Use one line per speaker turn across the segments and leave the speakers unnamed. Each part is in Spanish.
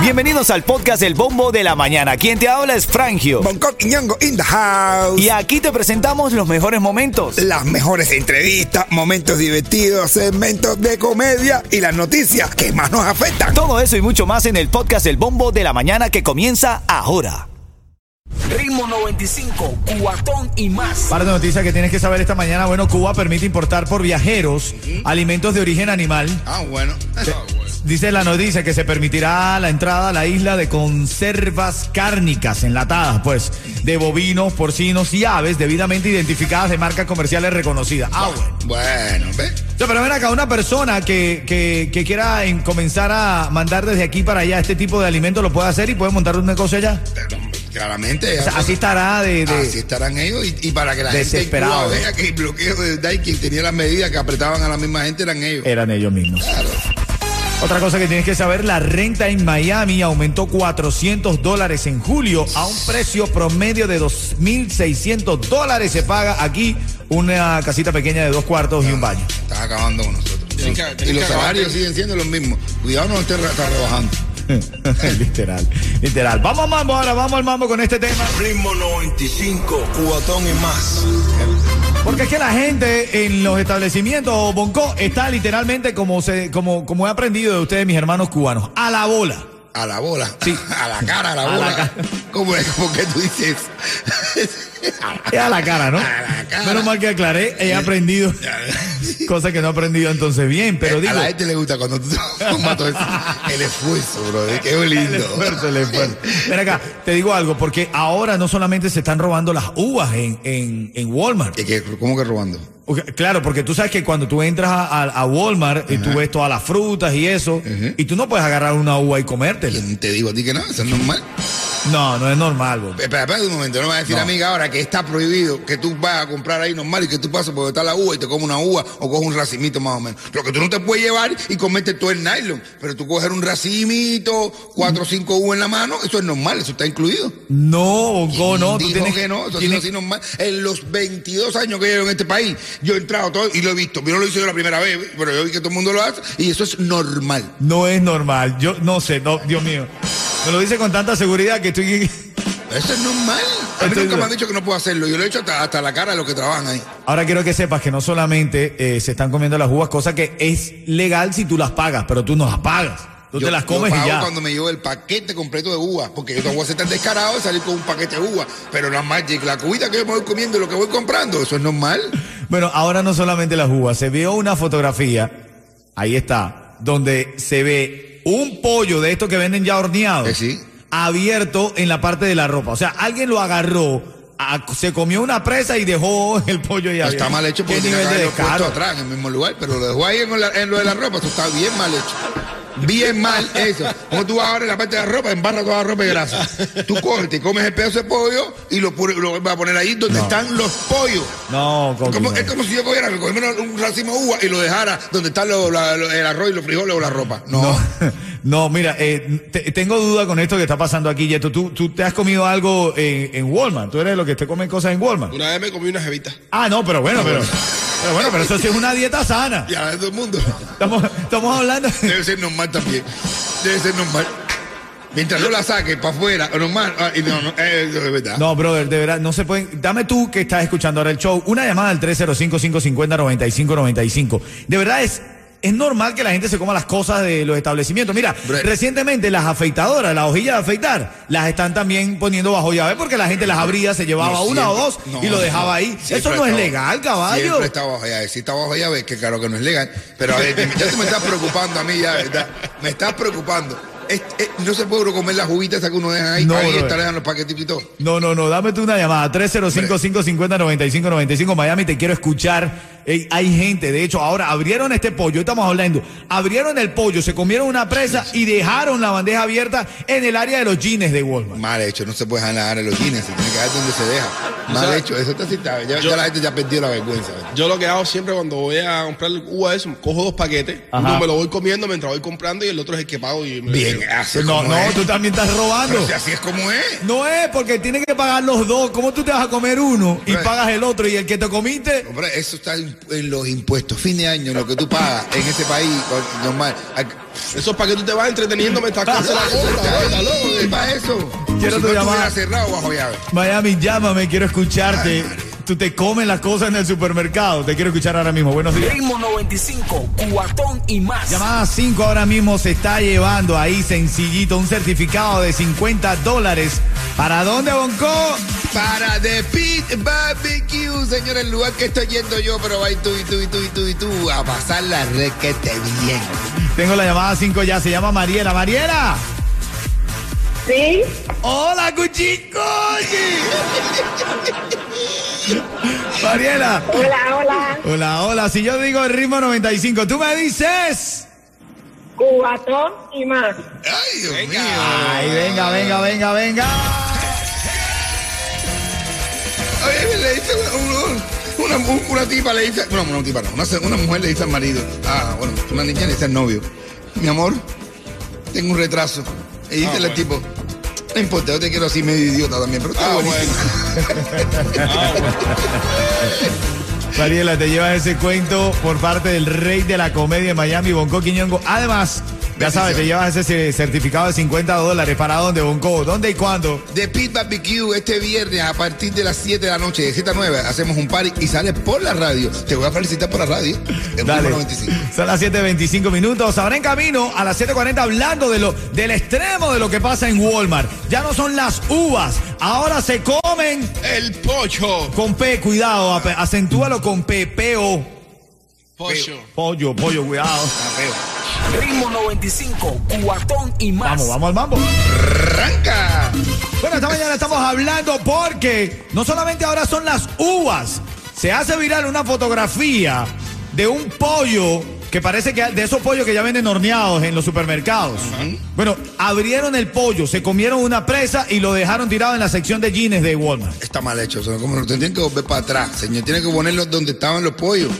Bienvenidos al podcast El Bombo de la Mañana. Quien te habla es Frangio.
Bangkok y Ñongo in the house.
Y aquí te presentamos los mejores momentos.
Las mejores entrevistas, momentos divertidos, segmentos de comedia y las noticias que más nos afectan.
Todo eso y mucho más en el podcast El Bombo de la Mañana que comienza ahora.
Ritmo 95, cuatón y más.
Par de noticias que tienes que saber esta mañana. Bueno, Cuba permite importar por viajeros alimentos de origen animal.
Ah, bueno.
Dice la noticia que se permitirá la entrada a la isla de conservas cárnicas enlatadas, pues, de bovinos, porcinos y aves debidamente identificadas de marcas comerciales reconocidas. Ah, bueno.
Bueno, ve.
O sea, pero ven acá, una persona que, que- que quiera en- comenzar a mandar desde aquí para allá este tipo de alimentos lo puede hacer y puede montar un negocio allá.
Pero, claramente.
O sea, así estará de... de-
Así estarán ellos y, y para que la gente en Cuba
Desesperado.
vea que el bloqueo de verdad y quien tenía las medidas que apretaban a la misma gente eran ellos.
Eran ellos mismos.
Claro.
Otra cosa que tienes que saber, la renta en Miami aumentó 400 dólares en julio a un precio promedio de 2.600 dólares. Se paga aquí una casita pequeña de dos cuartos y un baño.
Están acabando con nosotros. y los salarios siguen siendo los mismos. Cuidado, no estén re- está rebajando.
literal, literal. Vamos al mambo ahora, vamos al mambo con este tema.
Ritmo 95, cuatón y más.
Porque es que la gente en los establecimientos, Bonco, está literalmente como, se, como, como he aprendido de ustedes, mis hermanos cubanos, a la bola.
A la bola.
Sí.
A la cara, a la
A
bola.
la cara.
¿Cómo es? ¿Por qué tú dices?
Es a la cara, ¿no?
A la cara.
Menos mal que aclaré, he aprendido cosas que no he aprendido entonces bien, pero digo...
Eh, a la gente le gusta cuando tú tomas todo eso. El esfuerzo, bro. Qué lindo.
El esfuerzo, el esfuerzo. pues. Ven acá, te digo algo, porque ahora no solamente se están robando las uvas en, en, en Walmart.
¿Y qué- ¿Cómo que robando?
Ok, Claro, porque tú sabes que cuando tú entras a, a- a Walmart y tú ves todas las frutas y eso, y tú no puedes agarrar una uva y comértela.
¿Quién te digo a ti que no? Eso es normal.
No, no es normal, Bob.
Espera, espera un momento. No me vas a decir, amiga, ahora que está prohibido que tú vas a comprar ahí normal y que tú pases por está la uva y te comes una uva o coges un racimito más o menos. Lo que tú no te puedes llevar y comerte todo el nylon. Pero tú coger un racimito, cuatro o cinco uvas en la mano, eso es normal, eso está incluido.
No, Bongo, Oh, no. Tú
Dijo
tienes
que no, eso sí,
tienes-
no, sí, normal. En los 22 años que llevo en este país, yo he entrado todo y lo he visto. Yo no lo hice yo la primera vez, pero yo vi que todo el mundo lo hace y eso es normal.
no es normal. Yo no sé, no, Dios mío. Me lo dice con tanta seguridad que estoy.
Eso es normal. A
Estoy
mí nunca me
bien.
han dicho que no puedo hacerlo. Yo lo he hecho hasta, hasta la cara de los que trabajan ahí.
Ahora quiero que sepas que no solamente eh, se están comiendo las uvas, cosa que es legal si tú las pagas, pero tú no las pagas. Tú
Yo-
te las comes
yo pago
y ya.
cuando me llevo el paquete completo de uva, porque yo no voy a ser tan descarado de salir con un paquete de uva. Pero la magic, la cubita que yo me voy comiendo y lo que voy comprando, eso es normal.
Bueno, ahora no solamente las uvas, se vio una fotografía, ahí está, donde se ve un pollo de estos que venden ya horneado,
Eh, sí.
abierto en la parte de la ropa. O sea, alguien lo agarró, a- se comió una presa y dejó el pollo ahí
No
abierto.
está mal hecho porque
¿Qué
tiene que
nivel de
haberlo puesto
descaro?
atrás en el mismo lugar, pero lo dejó ahí en, la- en lo de la ropa, eso está bien mal hecho. Bien mal eso. Como tú vas ahora en la parte de la ropa, embarra toda la ropa y grasa. Tú coges, te comes el pedazo de pollo y lo, pure- lo vas a poner ahí donde
No.
están los pollos.
No, Coqui,
Como-
no.
es como si yo cogiera cogiera un racimo de uva y lo dejara donde están los- la- los- el arroz y los frijoles o la ropa.
No,
no.
no, mira, eh, te- tengo duda con esto que está pasando aquí, Yeto. ¿Tú, tú te has comido algo en, en Walmart. Tú eres de los que te comen cosas en Walmart.
Una vez me comí una jevita.
Ah, no, pero bueno, pero, pero bueno, pero eso sí es una dieta sana.
Y a la vez todo el mundo.
Estamos, estamos hablando.
Debe ser normal también. Debe ser normal. Mientras no la saques para afuera, normal. Ah, y no, no, eh, eso es verdad.
No, brother, de verdad, no se pueden. Dame tú que estás escuchando ahora el show, una llamada al 305-550-9595. De verdad es. Es normal que la gente se coma las cosas de los establecimientos. Mira,
Bre-
recientemente las afeitadoras, las hojillas de afeitar, las están también poniendo bajo llave porque la gente las abría, se llevaba
No,
una o dos
siempre- no,
y lo dejaba
no,
ahí.
siempre
Eso no es
estaba-
legal, caballo.
Siempre está bajo llave. Si está bajo llave, que claro que no es legal. Pero a ver, ya tú me estás preocupando a mí, ya, ¿verdad? Me estás preocupando. Es- es- no se puede uno comer las juguitas esas que uno deja ahí.
No,
ahí
brother.
está, le dan los paquetitos y todo.
No, no, no, dame tú una llamada. 305-550-9595 Miami, te quiero escuchar. Ey, hay gente, de hecho, ahora abrieron este pollo, estamos hablando. Abrieron el pollo, se comieron una presa y dejaron la bandeja abierta en el área de los jeans de Walmart.
Mal hecho, no se puede dejar nada en los jeans, se tiene que dejar donde se deja.
Tú
Mal
sabes-
hecho, eso está citado. Ya,
Yo-
ya la gente ya perdió la vergüenza. ¿verdad?
Yo lo que hago siempre cuando voy a comprar uva es, cojo dos paquetes,
Ajá.
uno me lo voy comiendo mientras voy comprando y el otro es el que pago. Y me-
Bien Bien, así
no,
como
no,
es.
tú también estás robando.
Pero si así es como es.
No es porque tienen que pagar los dos. ¿Cómo tú te vas a comer uno y
Hombre.
pagas el otro y el que te comiste?
Hombre, eso está en en los impuestos. Fin de año, lo que tú pagas en ese país, o- normal. Ac-
Eso es para que tú te vas entreteniendo mientras
Ah,
casa la
Eso
cosa,
está-
¿verdad, loco?
¿Qué para eso?
Quiero
si
tu
no
llamada.
estuviera cerrado bajo llave.
Miami, llámame, quiero escucharte. Tú te comes las cosas en el supermercado. Te quiero escuchar ahora mismo. Buenos días.
Ritmo 95, cuatón y más.
Llamada 5 ahora mismo se está llevando ahí sencillito un certificado de 50 dólares. ¿Para dónde, Bonco?
Para The Pit Barbecue, señor, el lugar que estoy yendo yo, pero va y tú, y tú, y tú, y tú, y tú, a pasar la red que te bien.
Tengo la llamada 5 ya, se llama Mariela. ¡Mariela!
Sí,
¡Hola, Cuchicochi! Mariela.
hola, hola,
Hola, hola. Si yo digo el ritmo 95, tú me dices.
cubatón y más.
Ay, Dios mío.
Ay, venga, venga, venga, venga.
Oye, le dice una, una, una tipa, le dice, bueno, una tipa no, una, una mujer le dice al marido, ah, bueno, una niña le dice al novio, mi amor, tengo un retraso. Y dice el tipo, no importa, yo te quiero así medio idiota también, pero está
Ah,
buenísimo.
bueno.
Mariela, te llevas ese cuento por parte del rey de la comedia de Miami, Bonco Quiñongo. Además, ya sabes, te llevas ese certificado de 50 dólares. ¿Para dónde, Bonco? ¿Dónde y cuándo?
De Pit Barbecue este viernes a partir de las 7 de la noche, de 7 a 9, hacemos un party y sale por la radio. Te voy a felicitar por la radio. En
Dale.
95.
Son las 7.25 minutos. Ahora en camino a las 7.40 hablando de lo, del extremo de lo que pasa en Walmart. Ya no son las uvas, ahora se comen
El pocho.
con P, cuidado, ape- acentúalo con P, P-O.
Pocho.
Pollo, pollo, cuidado.
Ritmo 95, cuatón y más.
Vamos, vamos al mambo.
¡Arranca!
Bueno, esta mañana estamos hablando porque no solamente ahora son las uvas, se hace viral una fotografía de un pollo que parece que de esos pollos que ya venden horneados en los supermercados. Bueno, abrieron el pollo, se comieron una presa y lo dejaron tirado en la sección de jeans de Walmart.
Está mal hecho. señor. Como no tienen que volver para atrás, señor. Tienen que ponerlos donde estaban los pollos.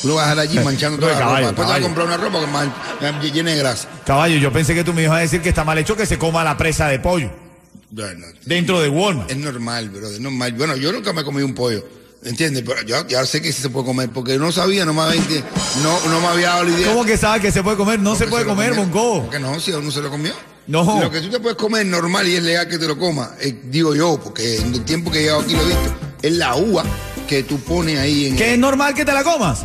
Tú lo vas a dejar allí manchando toda la
Caballo,
ropa. Después te vas a
caballo.
comprar una ropa que man- eh, llena de grasa.
Caballo, yo pensé que tú me ibas a decir que está mal hecho que se coma la presa de pollo
Bueno,
dentro de Walmart.
es normal, bro. Es normal. Bueno, yo nunca me he comido un pollo. ¿Entiendes? Pero yo ya sé que sí se puede comer porque no sabía, no me había, inte- no, no me había dado la idea.
¿Cómo que sabes que se puede comer? No se
Porque
puede
lo
comer,
comieron.
Mongo.
¿Por qué no? Si uno se lo comió.
No.
Lo que tú te puedes comer es normal y es legal que te lo comas. eh, digo yo, porque en el tiempo que he llegado aquí lo he visto. Es la uva que tú pones ahí en
¿Que es normal que te la comas?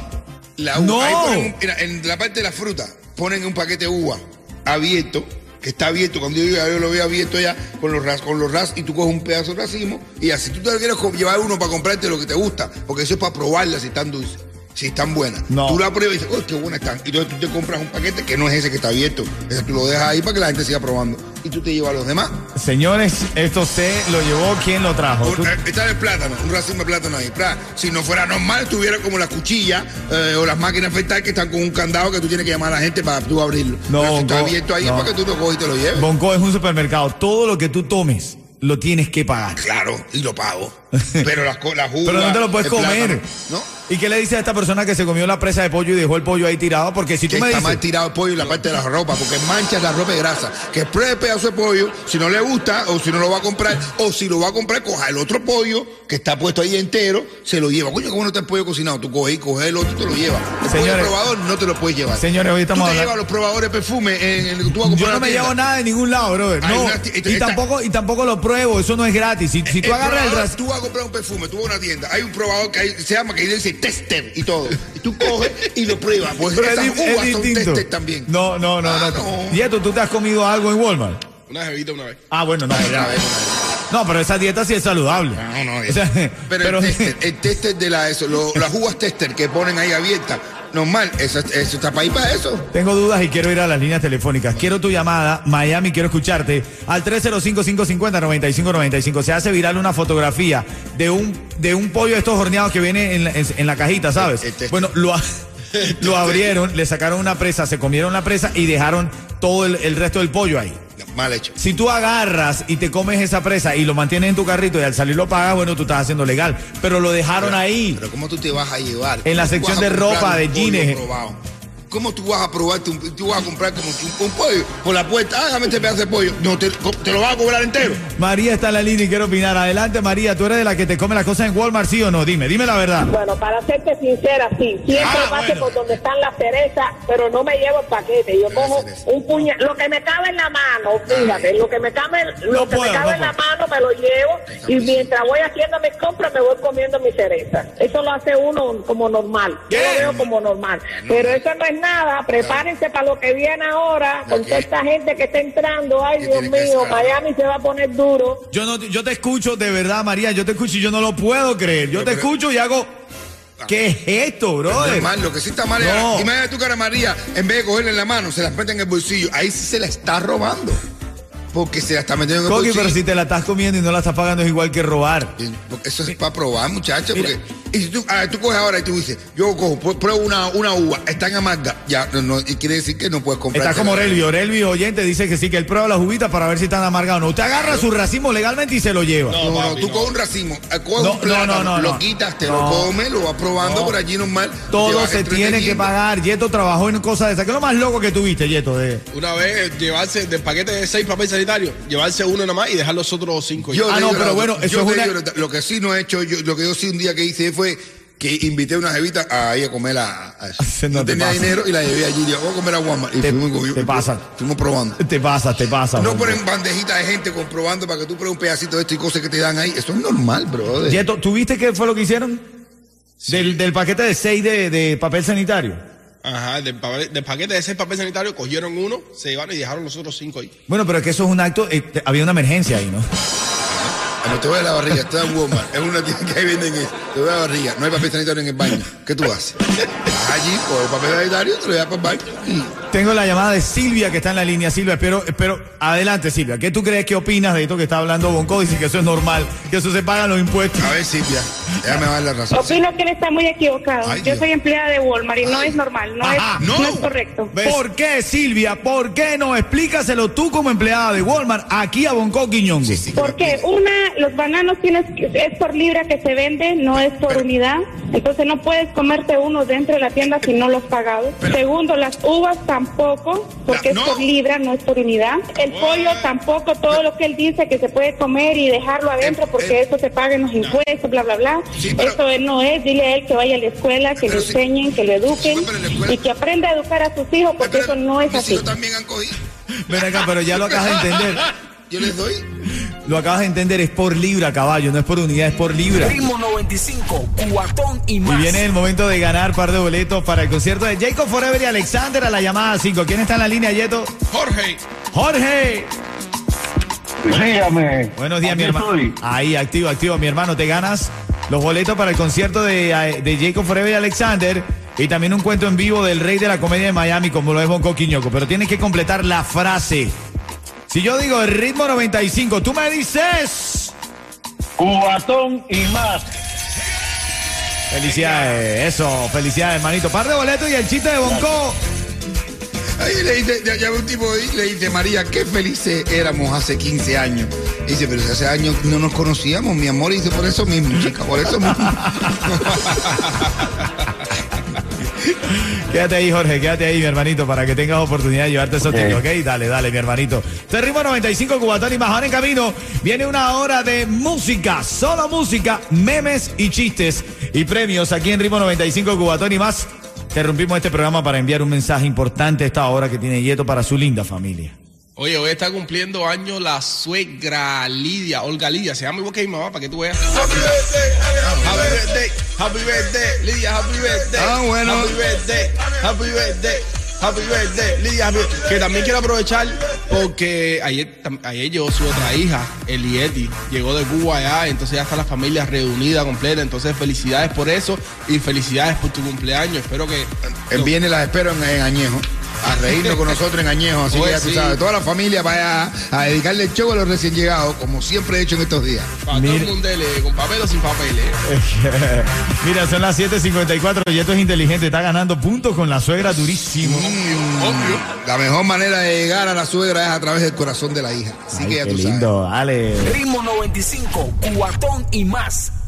la uva.
No.
Ahí ponen un- mira, en la parte de la fruta ponen un paquete de uva abierto, que está abierto. Cuando yo, iba, yo lo veo abierto ya con los ras, con los ras, y tú coges un pedazo de racimo y así tú te lo quieres co- llevar uno para comprarte lo que te gusta, porque eso es para probarla si están dulces. Si están buenas.
No.
Tú la pruebas y dices, ¡oh, qué buenas están! Y entonces tú te compras un paquete que no es ese que está abierto. Ese tú lo dejas ahí para que la gente siga probando. Y tú te llevas a los demás.
Señores, esto se lo llevó quien lo trajo.
Un-
Tú-
eh, Está el plátano, un racimo de plátano ahí. Pra, si no fuera normal, estuviera como las cuchillas eh, o las máquinas fetales que están con un candado que tú tienes que llamar a la gente para tú abrirlo.
No,
Pero si está
no,
abierto ahí
no.
es para que tú lo coges y te lo lleves.
Bonco es un supermercado. Todo lo que tú tomes lo tienes que pagar.
Claro, y lo pago. Pero las, co- las uvas,
Pero no te lo puedes
el
comer.
plátano, ¿No?
¿Y qué le dice a esta persona que se comió la presa de pollo y dejó el pollo ahí tirado? Porque si
Que
tú me
está mal
dices.
tirado el pollo y la parte de la ropa, porque mancha la ropa de grasa. Que pruebe el pedazo de pollo, si no le gusta, o si no lo va a comprar, o si lo va a comprar, coja el otro pollo que está puesto ahí entero, se lo lleva. Coño, ¿cómo no está el pollo cocinado? Tú coges y coges el otro y te lo llevas. El pollo
Señores.
probador no te lo puedes llevar.
Señores, hoy estamos
Tú te
hablando-
llevas los probadores de perfume en el tú vas a comprar
Yo no
una
me
tienda.
llevo nada de ningún lado, brother.
Hay
No.
una ti-
Y
está-
tampoco, y tampoco lo pruebo, eso no es gratis. Si, si tú
El
agarras el
probador,
ras-
Tú vas a comprar un perfume, tú vas a una tienda, hay un probador que hay- se llama que dice tester y todo. Y tú coges y lo pruebas. Pues
Pero
esas
di-
uvas son tester también.
No, no, no,
Ah,
no.
no.
Dieto, ¿tú te has comido algo en Walmart?
Una jevita una vez.
Ah, bueno, no.
A
ya.
ver,
No, pero esa dieta sí es saludable.
No, no,
O sea,
Pero,
pero-
el tester, el tester de la eso, lo- las uvas tester que ponen ahí abiertas, normal, eso, eso está para ahí para eso.
Tengo dudas y quiero ir a las líneas telefónicas. Quiero tu llamada, Miami, quiero escucharte. Al 305-550-9595. Se hace viral una fotografía de un, de un pollo de estos horneados que viene en la, en- en la cajita, ¿sabes?
Este-
Bueno, lo, a- lo abrieron, le sacaron una presa, se comieron la presa y dejaron todo el, el resto del pollo ahí.
Mal hecho.
Si tú agarras y te comes esa presa y lo mantienes en tu carrito y al salir lo pagas, bueno, tú estás haciendo legal. Pero lo dejaron ahí.
Pero ¿cómo tú te vas a llevar?
En la
¿Cómo
sección
vas a
de
comprar
ropa,
un
de
pollo
jeans.
probado? ¿Cómo tú vas a probarte un, tú vas a comprar como que un, un pollo por la puerta? Hágame este pedazo de pollo. No, te, co- te lo vas a cobrar entero.
María está en la línea y quiero opinar. Adelante, María. ¿Tú eres de la que te come las cosas en Walmart, sí o no? Dime, dime la verdad.
Bueno, para serte sincera, sí, siempre
Ah,
paso
bueno.
por donde están las cerezas, pero no me llevo el paquete. Yo cojo
cereza.
un puñal, lo que me cabe en la mano, fíjate, lo que me cabe, lo
No
que
puedo,
me cabe
no
en la
puedo.
mano me lo llevo y mientras voy haciendo mis compras me voy comiendo mi cereza. Eso lo hace uno como normal. Yo lo veo como normal. Pero eso no es nada. Prepárense para lo que viene ahora con
qué?
toda esta gente que está entrando. Ay,
¿Qué
Dios
tiene que
mío,
ser?
Miami se va a poner duro.
Yo, no, yo te escucho de verdad, María. Yo te escucho y yo no lo puedo creer. Yo
Pero, Ah.
te
pero-
escucho y hago. ¿Qué es esto, brother?
Normal, lo que sí está mal
No.
es. Imagínate tu cara María, en vez de cogerla en la mano, se la mete en el bolsillo. Ahí sí se la está robando. Porque se la está metiendo en el
Coqui,
bolsillo.
pero si te la estás comiendo y no la estás pagando, es igual que robar.
Eh, porque Eso es para probar, muchachos. Porque, y si tú, ah, tú coges ahora y tú dices, yo cojo, pr- pruebo una, una uva, está en amarga. Ya, no, no, y quiere decir que no puedes comprar.
Está como Orelvi. Orelvi, oyente, dice que sí, que él prueba las uvitas para ver si están amargadas o no. Usted agarra su racimo legalmente y se lo lleva.
No, no,
papi,
tú
no.
coges un racimo, eh, coges
No,
un
no,
plátano,
no, no,
lo
no.
quitas, te
No.
lo comes, lo vas probando por allí normal. te
Todo
vas
se tiene que
entreteniendo.
pagar. Yeto trabajó en cosas de esas. ¿Qué es lo más loco que tuviste, Yeto? De...
Una vez eh, llevarse del paquete de seis papel sanitario, llevarse uno nada más y dejar los otros cinco.
Yo
Ah,
te
no,
digo
pero
la-
bueno,
yo
eso es
te
una-
digo la- Lo que sí no he hecho, yo- lo que yo sí un día que hice fue que invité a una jevita a ir a comer a. a-
No
no
te
tenía
pasa.
dinero y la llevé allí. Dije, voy a comer a Walmart. Y
Te-
fuimos, y comimos-
te pasa.
Fuimos probando.
Te pasa, te pasa.
No
hombre.
ponen bandejita de gente comprobando para que tú pruebes un pedacito de esto y cosas que te dan ahí. Eso es normal, bro.
Yeto, ¿tú viste qué fue lo que hicieron? Del, del paquete de seis de, de papel sanitario.
Ajá, del, papel- del paquete de seis papel sanitario cogieron uno, se llevaron y dejaron los otros cinco ahí.
Bueno, pero es que eso es un acto. eh, te- había una emergencia ahí, ¿no?
te voy a la barriga, está en Walmart. Es una tienda que ahí venden eso. Te voy a la barriga. No hay papel sanitario en el baño. ¿Qué tú haces? Vas allí, con el papel sanitario, te lo llevas para el baño. y-
Tengo la llamada de Silvia que está en la línea. Silvia, espero, espero. Adelante, Silvia. ¿Qué tú crees que opinas de esto que está hablando Bonco? Dice que eso es normal, que eso se pagan los impuestos.
A ver, Silvia, déjame dar la razón.
Opino que él está muy equivocado.
Ay,
Yo
Dios.
soy empleada de Walmart y no es normal, no, es,
Ajá.
no. es correcto.
¿Ves? ¿Por qué, Silvia? ¿Por qué no? Explícaselo tú como empleada de Walmart aquí a Bonco Quiñongo.
Porque una, los bananos tienes que- es por libra que se vende, no es por unidad. Entonces no puedes comerte uno dentro de la tienda si no los has pagado. Segundo, las uvas tampoco, porque
no. Oh.
es por libra, no es por unidad. El pollo tampoco, todo lo que él dice que se puede comer y dejarlo adentro
Em,
porque
em.
eso se paga en los impuestos, bla, bla, bla.
Sí, pero-
eso él no es, dile a él que vaya a la escuela, que le
Pero sí.
enseñen, que lo eduquen
Sí, pero en la escuela-
y que aprenda a educar a sus hijos porque
Espera,
eso no es
mis
así.
hijos también han cogido.
Ven acá, pero ya lo acabas de entender.
Yo les doy.
Lo acabas de entender, es por libra, caballo, no es por unidad, es por libra.
Ritmo 95, cuatón y
Y
más.
viene el momento de ganar par de boletos para el concierto de Jacob Forever y Alexander a la llamada 5. ¿Quién está en la línea, Yeto?
Jorge,
Jorge.
Dígame.
Buenos días,
Aquí
mi hermano.
estoy.
Ahí, activo, activo, mi hermano. Te ganas los boletos para el concierto de, de Jacob Forever y Alexander. Y también un cuento en vivo del rey de la comedia de Miami, como lo es Bonco Quiñoco. Pero tienes que completar la frase. Si yo digo el ritmo 95, tú me dices.
Cubatón y más.
Felicidades, eso, felicidades, hermanito. Par de boletos y el chiste de Bonco.
Ahí le dice, ya, ya un tipo ahí le dice, María, qué felices éramos hace 15 años. Y dice, pero si hace años no nos conocíamos, mi amor. Y dice, por eso mismo, chica, por eso mismo.
Quédate ahí, Jorge, quédate ahí, mi hermanito, para que tengas oportunidad de llevarte esos tickets, ¿ok? Dale, dale, mi hermanito. Este ritmo 95 Cubatón y más ahora en camino. Viene una hora de música, solo música, memes y chistes y premios aquí en Ritmo 95 Cubatón y más. Interrumpimos este programa para enviar un mensaje importante a esta hora que tiene Yeto para su linda familia.
oye, hoy está cumpliendo años la suegra Lidia, Olga Lidia, se llama igual que mi mamá, para que tú veas. Ah, Happy birthday, happy birthday, happy birthday, Lidia, happy birthday.
Ah, bueno.
Happy birthday, happy birthday. Happy birthday, Lidia. happy- Que también quiero aprovechar porque ayer, tam- ayer llegó su otra hija, Elieti. Llegó de Cuba allá, entonces ya está la familia reunida completa. Entonces, felicidades por eso y felicidades por tu cumpleaños. Espero que.
El viernes las espero en, en Añejo. A reírnos con nosotros en Añejo. Así que
Oye,
ya tú
sí.
sabes, toda la familia vaya a dedicarle el show a los recién llegados, como siempre he hecho en estos días.
Para todo
Mira.
el mundo, dele, con papel o sin papel. eh.
Mira, son las 7.54, Yeto es inteligente, está ganando puntos con la suegra durísimo.
La mejor manera de llegar a la suegra es a través del corazón de la hija. Así
Ay,
que ya
qué
tú sabes.
lindo, dale.
Ritmo 95, cuatón y más.